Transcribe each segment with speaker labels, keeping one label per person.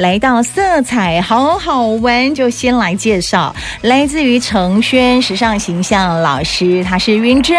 Speaker 1: 来到色彩好好玩，就先来介绍来自于程轩时尚形象老师，她是云珍。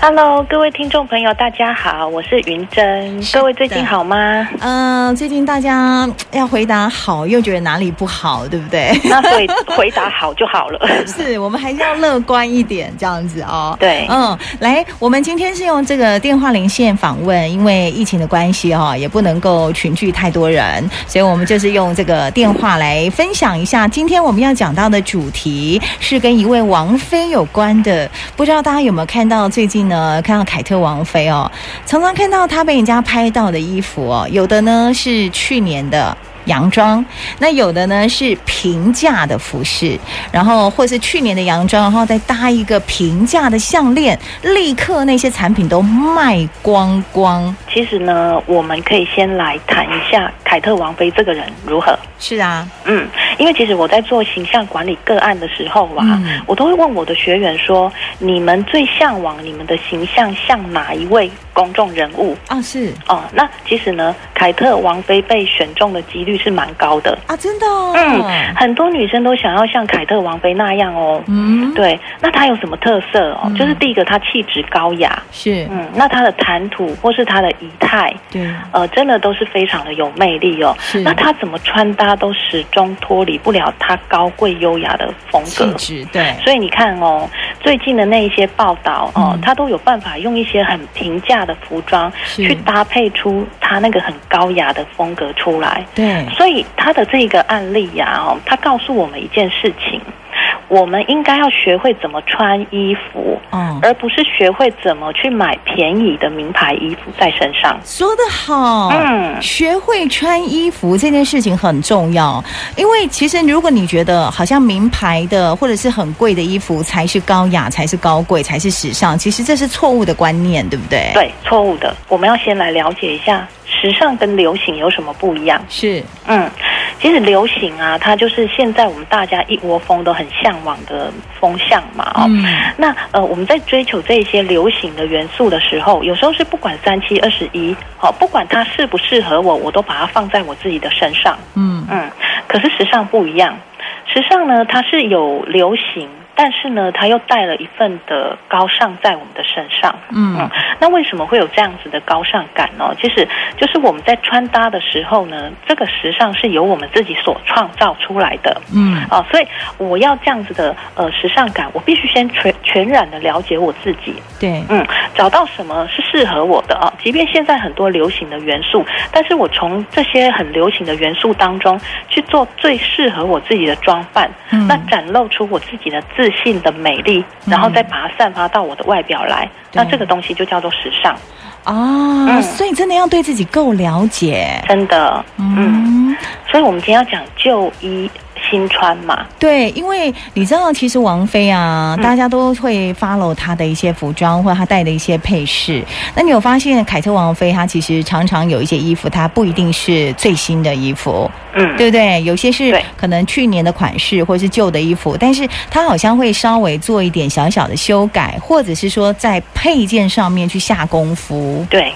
Speaker 2: Hello，各位听众朋友，大家好，我是云珍。
Speaker 1: 是的
Speaker 2: 各位最近 好吗？
Speaker 1: 嗯、最近大家嘖要回答好，又觉得哪里不好，对不对？
Speaker 2: 那所以回答好就好了。
Speaker 1: 是我们还是要乐观一点，这样子哦。
Speaker 2: 对
Speaker 1: 嗯，来，我们今天是用这个电话连线访问，因为疫情的关系哦，也不能够群聚太多人，所以我们就是用这个电话来分享一下。今天我们要讲到的主题是跟一位王妃有关的，不知道大家有没有看到最近呢？看到凯特王妃哦，常常看到她被人家拍到的衣服哦，有的呢是去年的。洋装，那有的呢是平价的服饰，然后或是去年的洋装，然后再搭一个平价的项链，立刻那些产品都卖光光。
Speaker 2: 其实呢，我们可以先来谈一下凯特王妃这个人如何。
Speaker 1: 是啊，
Speaker 2: 嗯，因为其实我在做形象管理个案的时候啊，
Speaker 1: 嗯
Speaker 2: 我都会问我的学员说，你们最向往你们的形象像哪一位公众人物？
Speaker 1: 啊是
Speaker 2: 哦，那其实呢，凯特王妃被选中的几率是蛮高的。
Speaker 1: 啊，真的、哦，
Speaker 2: 嗯，很多女生都想要像凯特王妃那样哦。
Speaker 1: 嗯，
Speaker 2: 对，那她有什么特色哦？
Speaker 1: 嗯
Speaker 2: 就是第一个，她气质高雅，
Speaker 1: 是，
Speaker 2: 嗯，那她的谈吐或是她的仪态，
Speaker 1: 对，
Speaker 2: 呃，真的都是非常的有魅力哦。
Speaker 1: 是
Speaker 2: 那她怎么穿搭都始终脱离不了她高贵优雅的风
Speaker 1: 气
Speaker 2: 格。
Speaker 1: 质对，
Speaker 2: 所以你看哦，最近的那一些报道哦
Speaker 1: 嗯，
Speaker 2: 她都有办法用一些很平价的服装
Speaker 1: 是
Speaker 2: 去搭配出她那个很高雅的风格出来。
Speaker 1: 对，
Speaker 2: 所以他的这个案例呀、哦，他告诉我们一件事情：我们应该要学会怎么穿衣服，
Speaker 1: 哦，
Speaker 2: 而不是学会怎么去买便宜的名牌衣服在身上。
Speaker 1: 说得好，
Speaker 2: 嗯
Speaker 1: 学会穿衣服这件事情很重要，因为其实如果你觉得好像名牌的或者是很贵的衣服才是高雅、才是高贵、才是时尚，其实这是错误的观念，对不对？，
Speaker 2: 对，错误的。我们要先来了解一下时尚跟流行有什么不一样。
Speaker 1: 是，
Speaker 2: 嗯，其实流行啊，它就是现在我们大家一窝蜂都很向往的风向嘛。哦，
Speaker 1: 嗯，
Speaker 2: 那呃，我们在追求这些流行的元素的时候，有时候是不管三七二十一，好，不管它适不适合我，我都把它放在我自己的身上。
Speaker 1: 嗯，
Speaker 2: 嗯，可是时尚不一样，时尚呢，它是有流行，但是呢，它又带了一份的高尚在我们的身上。
Speaker 1: 嗯，
Speaker 2: 那为什么会有这样子的高尚感呢？其实就是我们在穿搭的时候呢，这个时尚是由我们自己所创造出来的。
Speaker 1: 嗯，
Speaker 2: 哦，所以我要这样子的呃时尚感，我必须先全全然的了解我自己，
Speaker 1: 对，
Speaker 2: 嗯，找到什么是适合我的啊、即便现在很多流行的元素，但是我从这些很流行的元素当中去做最适合我自己的装扮，
Speaker 1: 嗯
Speaker 2: 那展露出我自己的自信的美丽，然后再把它散发到我的外表来，那
Speaker 1: 对
Speaker 2: 这个东西就叫做时尚，
Speaker 1: 啊，
Speaker 2: 嗯
Speaker 1: 所以真的要对自己够了解，
Speaker 2: 真的，嗯，
Speaker 1: 嗯
Speaker 2: 所以我们今天要讲旧衣新穿嘛，
Speaker 1: 对，因为你知道，其实王菲啊，
Speaker 2: 嗯
Speaker 1: 大家都会 follow 她的一些服装或者她戴的一些配饰。那你有发现，凯特王妃她其实常常有一些衣服，它不一定是最新的衣服，
Speaker 2: 嗯，
Speaker 1: 对不对？有些是
Speaker 2: 对
Speaker 1: 可能去年的款式或是旧的衣服，但是她好像会稍微做一点小小的修改，或者是说在配件上面去下功夫。
Speaker 2: 对，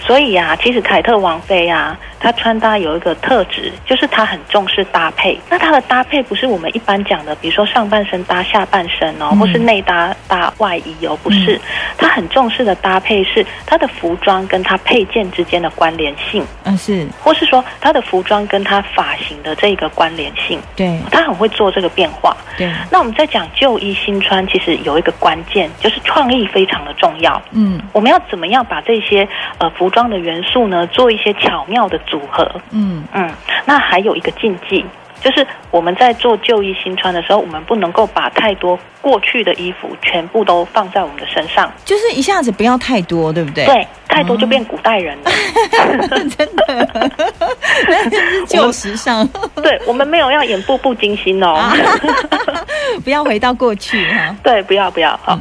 Speaker 2: 所以啊，其实凯特王妃啊，她穿搭有一个特质，就是她很重视搭配。那她的搭配不是我们一般讲的，比如说上半身搭下半身哦，
Speaker 1: 嗯
Speaker 2: 或是内搭搭外衣哦，不是。她很重视的搭配是她的服装跟她配件之间的关联性，
Speaker 1: 嗯、是
Speaker 2: 或是说她的服装跟她发型的这个关联性。
Speaker 1: 对
Speaker 2: 她很会做这个变化。
Speaker 1: 对，
Speaker 2: 那我们在讲旧衣新穿，其实有一个关键，就是创意非常的重要。
Speaker 1: 嗯
Speaker 2: 我们要怎么样把这些呃服装的元素呢，做一些巧妙的组合？
Speaker 1: 嗯
Speaker 2: 嗯，那还有一个禁忌，就是我们在做旧衣新穿的时候，我们不能够把太多过去的衣服全部都放在我们的身上，
Speaker 1: 就是一下子不要太多，对不对？
Speaker 2: 对，太多就变古代人了。
Speaker 1: 真的，旧时尚，
Speaker 2: 对，我们没有要演步步惊心哦。
Speaker 1: 啊 不要回到过去哈。
Speaker 2: 对，不要不要，好、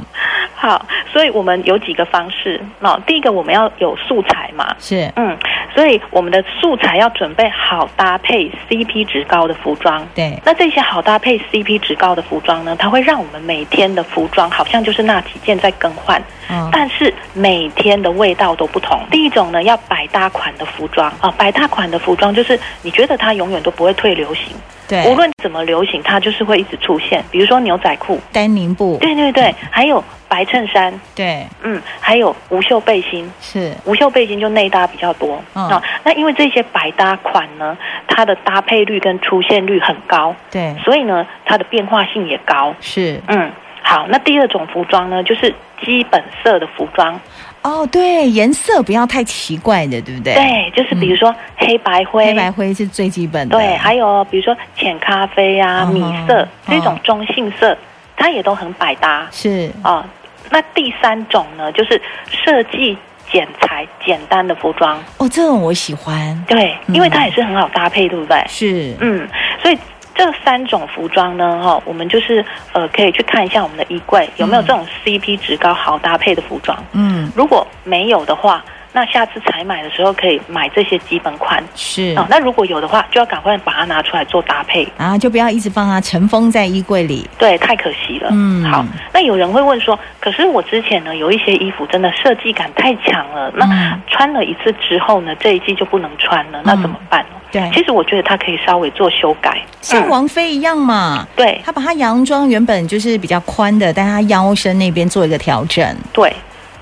Speaker 2: 好，所以我们有几个方式。哦，第一个我们要有素材嘛，
Speaker 1: 是，
Speaker 2: 嗯，所以我们的素材要准备好搭配 CP 值高的服装。
Speaker 1: 对，
Speaker 2: 那这些好搭配 CP 值高的服装呢，它会让我们每天的服装好像就是那几件在更换，
Speaker 1: 嗯，
Speaker 2: 但是每天的味道都不同。第一种呢，要百搭款的服装啊，百搭款的服装就是你觉得它永远都不会退流行，
Speaker 1: 对，
Speaker 2: 无论怎么流行，它就是会一直出现。比如说牛仔裤，
Speaker 1: 丹宁布，
Speaker 2: 对对对，还有白衬衫，
Speaker 1: 对，
Speaker 2: 嗯，还有无袖背心，
Speaker 1: 是，
Speaker 2: 无袖背心就内搭比较多。
Speaker 1: 嗯
Speaker 2: 啊，那因为这些百搭款呢，它的搭配率跟出现率很高，
Speaker 1: 对，
Speaker 2: 所以呢，它的变化性也高。
Speaker 1: 是，
Speaker 2: 嗯，好，那第二种服装呢，就是基本色的服装，
Speaker 1: 哦，对，颜色不要太奇怪的，对不对？，嗯
Speaker 2: 对，就是比如说黑白灰。
Speaker 1: 黑白灰是最基本的，
Speaker 2: 对，还有比如说浅咖啡啊、
Speaker 1: 嗯
Speaker 2: 米色
Speaker 1: 嗯
Speaker 2: 这种中性色，它也都很百搭
Speaker 1: 是，
Speaker 2: 啊。那第三种呢，就是设计剪裁简单的服装，
Speaker 1: 哦，这种我喜欢，
Speaker 2: 对，
Speaker 1: 嗯
Speaker 2: 因为它也是很好搭配，对不对？
Speaker 1: 是，
Speaker 2: 嗯，所以这三种服装呢，哈、我们就是呃，可以去看一下我们的衣柜有没有这种 CP 值高、好搭配的服装。
Speaker 1: 嗯，
Speaker 2: 如果没有的话，那下次采买的时候可以买这些基本款。
Speaker 1: 是。
Speaker 2: 哦，那如果有的话，就要赶快把它拿出来做搭配，
Speaker 1: 然后就不要一直放它尘封在衣柜里，
Speaker 2: 对，太可惜了。
Speaker 1: 嗯
Speaker 2: 好，那有人会问说，可是我之前呢有一些衣服真的设计感太强了，那
Speaker 1: 嗯
Speaker 2: 穿了一次之后呢，这一季就不能穿了，那怎么办呢？
Speaker 1: 对，
Speaker 2: 其实我觉得它可以稍微做修改，
Speaker 1: 像
Speaker 2: 嗯
Speaker 1: 王菲一样嘛，
Speaker 2: 对
Speaker 1: 她把她洋装原本就是比较宽的，但她腰身那边做一个调整，
Speaker 2: 对。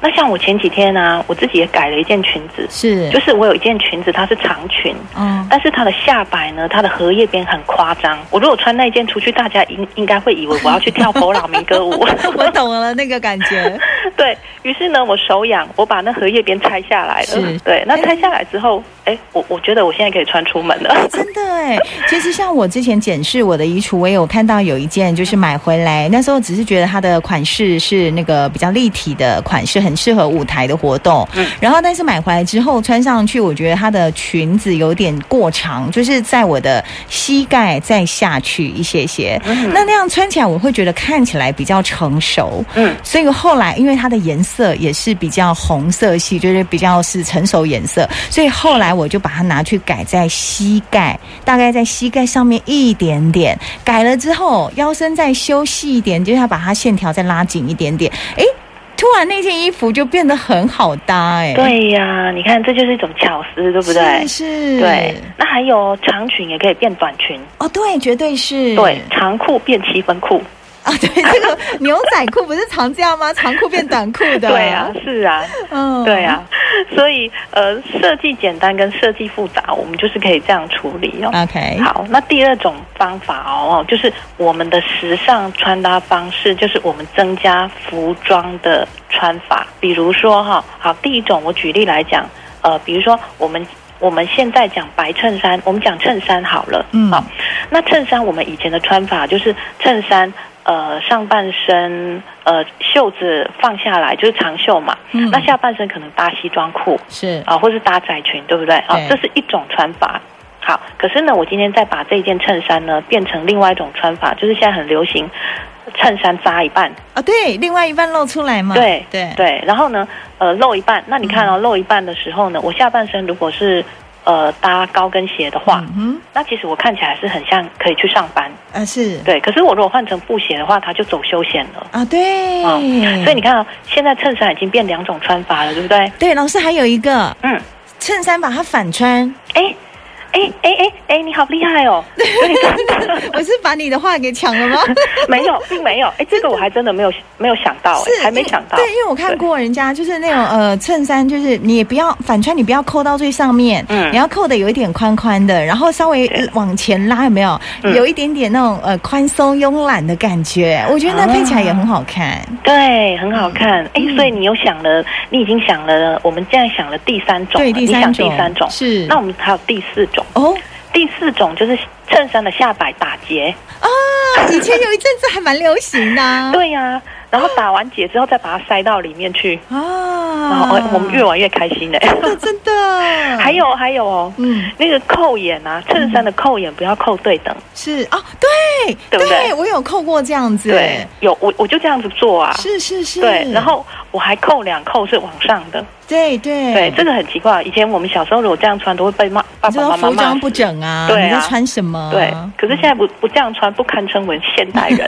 Speaker 2: 那像我前几天呢、我自己也改了一件裙子，
Speaker 1: 是
Speaker 2: 就，是我有一件裙子，它是长裙，
Speaker 1: 嗯，
Speaker 2: 但是它的下摆呢，它的荷叶边很夸张。我如果穿那件出去，大家应应该会以为我要去跳勃朗明歌 舞。
Speaker 1: 我懂了那个感觉，
Speaker 2: 对于是呢，我手痒，我把那荷叶边拆下来
Speaker 1: 是
Speaker 2: 了。对，那拆下来之后，哎，我我觉得我现在可以穿出门了。
Speaker 1: 真的哎。其实像我之前检视我的衣橱，我也有看到有一件就是买回来，那时候只是觉得它的款式是那个比较立体的款式，很适合舞台的活动。
Speaker 2: 嗯
Speaker 1: 然后但是买回来之后穿上去，我觉得它的裙子有点过长，就是在我的膝盖再下去一些些。
Speaker 2: 嗯
Speaker 1: 那那样穿起来，我会觉得看起来比较成熟。
Speaker 2: 嗯，
Speaker 1: 所以后来，因为它的颜色也是比较红色系，就是比较是成熟颜色，所以后来我就把它拿去改在膝盖，大概在膝盖上面一点点。改了之后，腰身再修细一点，就是要把它线条再拉紧一点点。诶，突然那件衣服就变得很好搭、诶，哎，
Speaker 2: 对呀，你看这就是一种巧思，对不对？
Speaker 1: 是，
Speaker 2: 对，，那还有长裙也可以变短裙，
Speaker 1: 哦，对，绝对是，
Speaker 2: 对，长裤变七分裤，
Speaker 1: 啊，对，这个牛仔裤不是常这样吗？长裤变短裤的，
Speaker 2: 对啊，，是啊，
Speaker 1: 嗯，
Speaker 2: 对啊， 所以呃，设计简单跟设计复杂，我们就是可以这样处理哦。
Speaker 1: ，OK，
Speaker 2: 好，那第二种方法哦，就是我们的时尚穿搭方式，就是我们增加服装的穿法。比如说哈、好，第一种我举例来讲，呃，比如说我们我们现在讲白衬衫，我们讲衬衫好了，
Speaker 1: 嗯
Speaker 2: 好，那衬衫我们以前的穿法就是衬衫。呃，上半身呃袖子放下来就是长袖嘛，
Speaker 1: 嗯
Speaker 2: 那下半身可能搭西装裤，
Speaker 1: 是，
Speaker 2: 啊，或是搭窄裙，对不对？啊
Speaker 1: 对，
Speaker 2: 这是一种穿法。好，可是呢，我今天再把这件衬衫呢变成另外一种穿法，就是现在很流行衬衫扎一半，
Speaker 1: 啊，对，另外一半露出来嘛，
Speaker 2: 对
Speaker 1: 对
Speaker 2: 对，然后呢，呃，露一半。那
Speaker 1: 嗯
Speaker 2: 你看哦，露一半的时候呢，我下半身如果是呃搭高跟鞋的话，
Speaker 1: 嗯哼，
Speaker 2: 那其实我看起来是很像可以去上班，
Speaker 1: 啊是，
Speaker 2: 对。可是我如果换成布鞋的话，它就走休闲了。
Speaker 1: 啊对，
Speaker 2: 嗯所以你看、哦，现在衬衫已经变两种穿法了，对不对？
Speaker 1: 对老师还有一个
Speaker 2: 嗯，
Speaker 1: 衬衫把它反穿，
Speaker 2: 哎哎哎哎哎，你好厉害哦！ 对，真的。
Speaker 1: 我是把你的话给抢 了吗？
Speaker 2: 没有，并没有。哎，这个我还真的没有没有想到，哎，还没
Speaker 1: 因为
Speaker 2: 想到。
Speaker 1: 对，因为我看过人家就是那种呃衬衫，就是你也不要反穿，你不要扣到最上面，
Speaker 2: 嗯
Speaker 1: 你要扣的有一点宽宽的，然后稍微
Speaker 2: 对
Speaker 1: 往前拉，有没有？
Speaker 2: 嗯
Speaker 1: 有一点点那种呃宽松慵懒的感觉，我觉
Speaker 2: 啊
Speaker 1: 得那配起来也很好看。
Speaker 2: 对，很好看。哎
Speaker 1: 嗯，
Speaker 2: 所以你有想了，你已经想了，我们现在想了第三种了，
Speaker 1: 对，第三
Speaker 2: 你
Speaker 1: 种
Speaker 2: 想第三种。
Speaker 1: 是
Speaker 2: 那我们还有第四种，
Speaker 1: 哦。
Speaker 2: 第四种就是衬衫的下摆打结。
Speaker 1: 以前有一阵子还蛮流行的、啊。
Speaker 2: 对呀、然后打完结之后再把它塞到里面去。
Speaker 1: 啊，
Speaker 2: 然后哎我们越玩越开心嘞。
Speaker 1: 真的真的，
Speaker 2: 还有还有哦，
Speaker 1: 嗯
Speaker 2: 那个扣眼啊，衬衫的扣眼不要扣对等。
Speaker 1: 是哦，对
Speaker 2: 对不对
Speaker 1: 我有扣过这样子，
Speaker 2: 对，有我我就这样子做啊。
Speaker 1: 是是是，
Speaker 2: 对，然后我还扣两扣是往上的。
Speaker 1: 对对
Speaker 2: 对，这个很奇怪。以前我们小时候如果这样穿，都会被骂爸
Speaker 1: 你说
Speaker 2: 爸妈妈
Speaker 1: 服
Speaker 2: 骂
Speaker 1: 装
Speaker 2: 死。
Speaker 1: 不整啊，
Speaker 2: 对啊
Speaker 1: 你在穿什么？嗯
Speaker 2: 对，可是现在不不这样穿，不堪称为现代 人。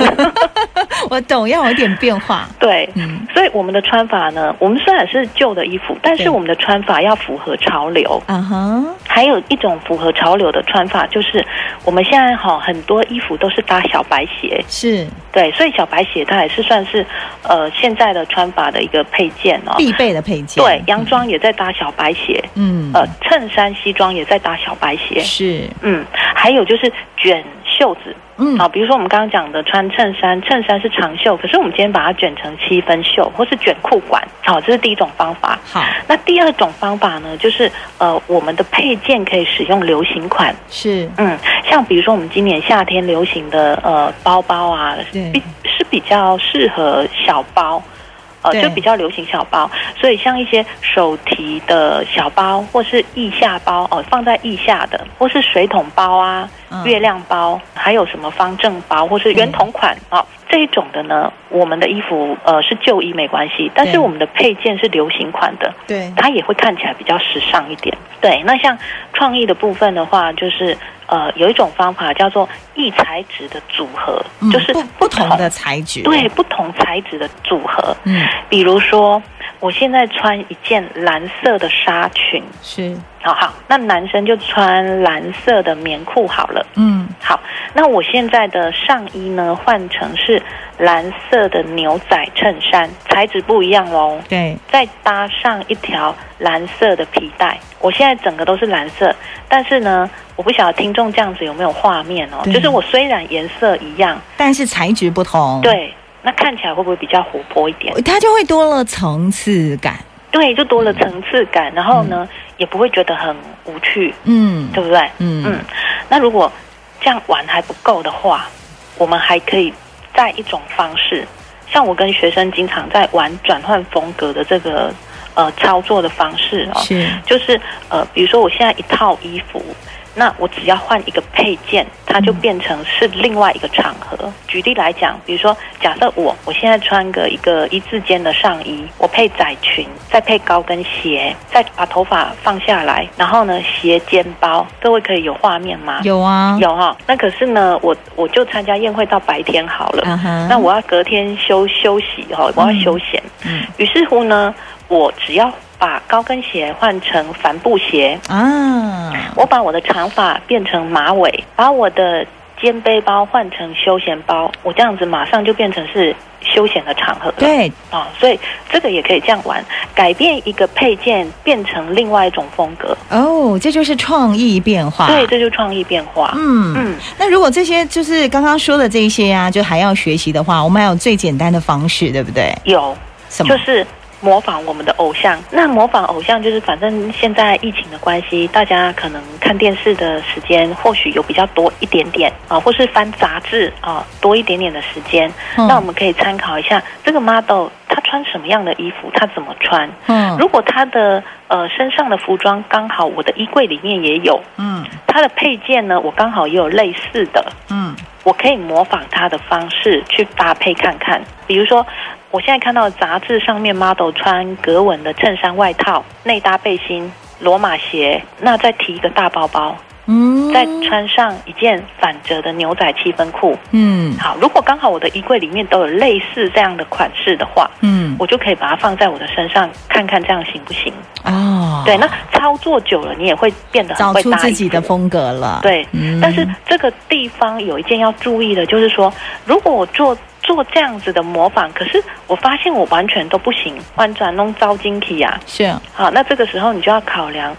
Speaker 1: 我懂，要有一点变 化。
Speaker 2: 对，
Speaker 1: 嗯，
Speaker 2: 所以我们的穿法呢，我们虽然是旧的衣服，但是
Speaker 1: 对
Speaker 2: 我们的穿法要符合潮流。
Speaker 1: 啊哈，
Speaker 2: 还有一种符合潮流的穿法，就是我们现在哈很多衣服都是搭小白鞋，
Speaker 1: 是
Speaker 2: 对，所以小白鞋它也是算是呃现在的穿法的一个配件哦。
Speaker 1: 必备的配件。
Speaker 2: 对，洋装也在搭小白鞋，
Speaker 1: 嗯，
Speaker 2: 呃，衬衫、西装也在搭小白鞋。
Speaker 1: 是，
Speaker 2: 嗯，还有就是卷袖子
Speaker 1: 嗯，
Speaker 2: 啊，比如说我们刚刚讲的穿衬衫，衬衫是长袖，可是我们今天把它卷成七分袖，或是卷裤管，好、这是第一种方法。
Speaker 1: 好，
Speaker 2: 那第二种方法呢，就是呃，我们的配件可以使用流行款，
Speaker 1: 是
Speaker 2: 嗯，像比如说我们今年夏天流行的呃包包啊，
Speaker 1: 对
Speaker 2: 比是比较适合小包，呃
Speaker 1: 对
Speaker 2: 就比较流行小包，所以像一些手提的小包或是腋下包哦、放在腋下的，或是水桶包啊、
Speaker 1: 嗯
Speaker 2: 月亮包，还有什么方正包或是圆筒款
Speaker 1: 嗯
Speaker 2: 啊、哦这一种的呢，我们的衣服呃是旧衣没关系，但是
Speaker 1: 对
Speaker 2: 我们的配件是流行款的，
Speaker 1: 对，
Speaker 2: 它也会看起来比较时尚一点。对，那像创意的部分的话，就是呃，有一种方法叫做异材质的组合，
Speaker 1: 嗯
Speaker 2: 就是
Speaker 1: 不不同的材质。
Speaker 2: 对，不同材质的组合。
Speaker 1: 嗯，
Speaker 2: 比如说，我现在穿一件蓝色的纱裙，
Speaker 1: 是，
Speaker 2: 好好，那男生就穿蓝色的棉裤好了。
Speaker 1: 嗯，
Speaker 2: 好，那我现在的上衣呢，换成是蓝色的牛仔衬衫，材质不一样喽。
Speaker 1: 对，
Speaker 2: 再搭上一条蓝色的皮带。我现在整个都是蓝色，但是呢，我不晓得听众这样子有没有画面哦。
Speaker 1: 对
Speaker 2: 就是我虽然颜色一样，
Speaker 1: 但是材质不同，，
Speaker 2: 对，那看起来会不会比较活泼一点？
Speaker 1: 它就会多了层次感。
Speaker 2: 对，就多了层次感，然后呢，也不会觉得很无趣，
Speaker 1: 嗯，
Speaker 2: 对不对？
Speaker 1: 嗯
Speaker 2: 嗯，那如果这样玩还不够的话，我们还可以再一种方式，像我跟学生经常在玩转换风格的这个呃操作的方式哦。
Speaker 1: 是，
Speaker 2: 就是呃，比如说我现在一套衣服，那我只要换一个配件，它就变成是另外一个场合。举例来讲，比如说假设我我现在穿个一个一字肩的上衣，我配窄裙，再配高跟鞋，再把头发放下来，然后呢斜肩包，各位可以有画面吗？
Speaker 1: 有啊，
Speaker 2: 有哈、那可是呢，我我就参加宴会到白天好了。
Speaker 1: 啊哈，
Speaker 2: 那我要隔天休休息哈、我要
Speaker 1: 嗯
Speaker 2: 休闲。
Speaker 1: 嗯
Speaker 2: 于是乎呢，我只要把高跟鞋换成帆布鞋，
Speaker 1: 啊，
Speaker 2: 我把我的长发变成马尾，把我的肩背包换成休闲包，我这样子马上就变成是休闲的场合了
Speaker 1: 对，
Speaker 2: 啊、所以这个也可以这样玩，改变一个配件变成另外一种风格，
Speaker 1: 哦，这就是创意变化。
Speaker 2: 对，，这就创意变化。
Speaker 1: 嗯啊嗯。
Speaker 2: 嗯，
Speaker 1: 那如果这些就是刚刚说的这一些啊，就还要学习的话，我们还有最简单的方式，对不对？
Speaker 2: 有，
Speaker 1: 什么？
Speaker 2: 就是模仿我们的偶像。那模仿偶像就是，反正现在疫情的关系，大家可能看电视的时间或许有比较多一点点啊，或是翻杂志啊多一点点的时间。
Speaker 1: 嗯
Speaker 2: 那我们可以参考一下这个 model 他穿什么样的衣服，他怎么穿。
Speaker 1: 嗯
Speaker 2: 如果他的呃身上的服装刚好我的衣柜里面也有，
Speaker 1: 嗯
Speaker 2: 他的配件呢我刚好也有类似的，
Speaker 1: 嗯，
Speaker 2: 我可以模仿他的方式去搭配看看。比如说，我现在看到杂志上面 model 穿格纹的衬衫外套，内搭背心、罗马鞋，那再提一个大包包，
Speaker 1: 嗯，
Speaker 2: 再穿上一件反折的牛仔七分裤。
Speaker 1: 嗯
Speaker 2: 好，如果刚好我的衣柜里面都有类似这样的款式的话，
Speaker 1: 嗯
Speaker 2: 我就可以把它放在我的身上，看看这样行不行？
Speaker 1: 哦，
Speaker 2: 对，那操作久了，你也会变得很
Speaker 1: 找
Speaker 2: 会
Speaker 1: 出
Speaker 2: 搭
Speaker 1: 自
Speaker 2: 衣
Speaker 1: 己
Speaker 2: 服
Speaker 1: 的风格了。
Speaker 2: 对，
Speaker 1: 嗯
Speaker 2: 但是这个地方有一件要注意的，就是说，如果我做做这样子的模仿，可是我发现我完全都不行，完全弄糟晶体啊，
Speaker 1: 是
Speaker 2: 好，那这个时候你就要考量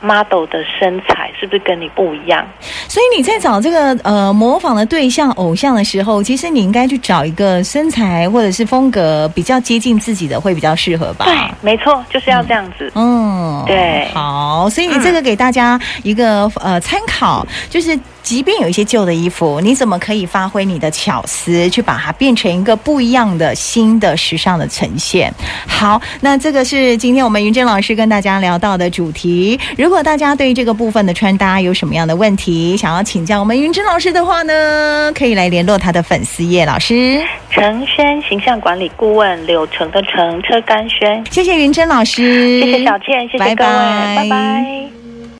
Speaker 2: model 的身材是不是跟你不一样，
Speaker 1: 所以你在找这个呃模仿的对象、偶像的时候，其实你应该去找一个身材或者是风格比较接近自己的，会比较适合吧？
Speaker 2: 对，没错，就是要这样子，
Speaker 1: 嗯，
Speaker 2: 对嗯
Speaker 1: 好，所以这个给大家一个、呃参考，就是即便有一些旧的衣服，你怎么可以发挥你的巧思，去把它变成一个不一样的新的时尚的呈现？好，那这个是今天我们云珍老师跟大家聊到的主题。如果大家对这个部分的穿搭有什么样的问题，想要请教我们云珍老师的话呢，可以来联络他的粉丝叶老师。
Speaker 2: 程轩形象管理顾问柳橙的橙车甘轩，
Speaker 1: 谢谢云珍老师，
Speaker 2: 谢谢小倩，谢谢各位，
Speaker 1: 嗯拜拜
Speaker 2: 拜拜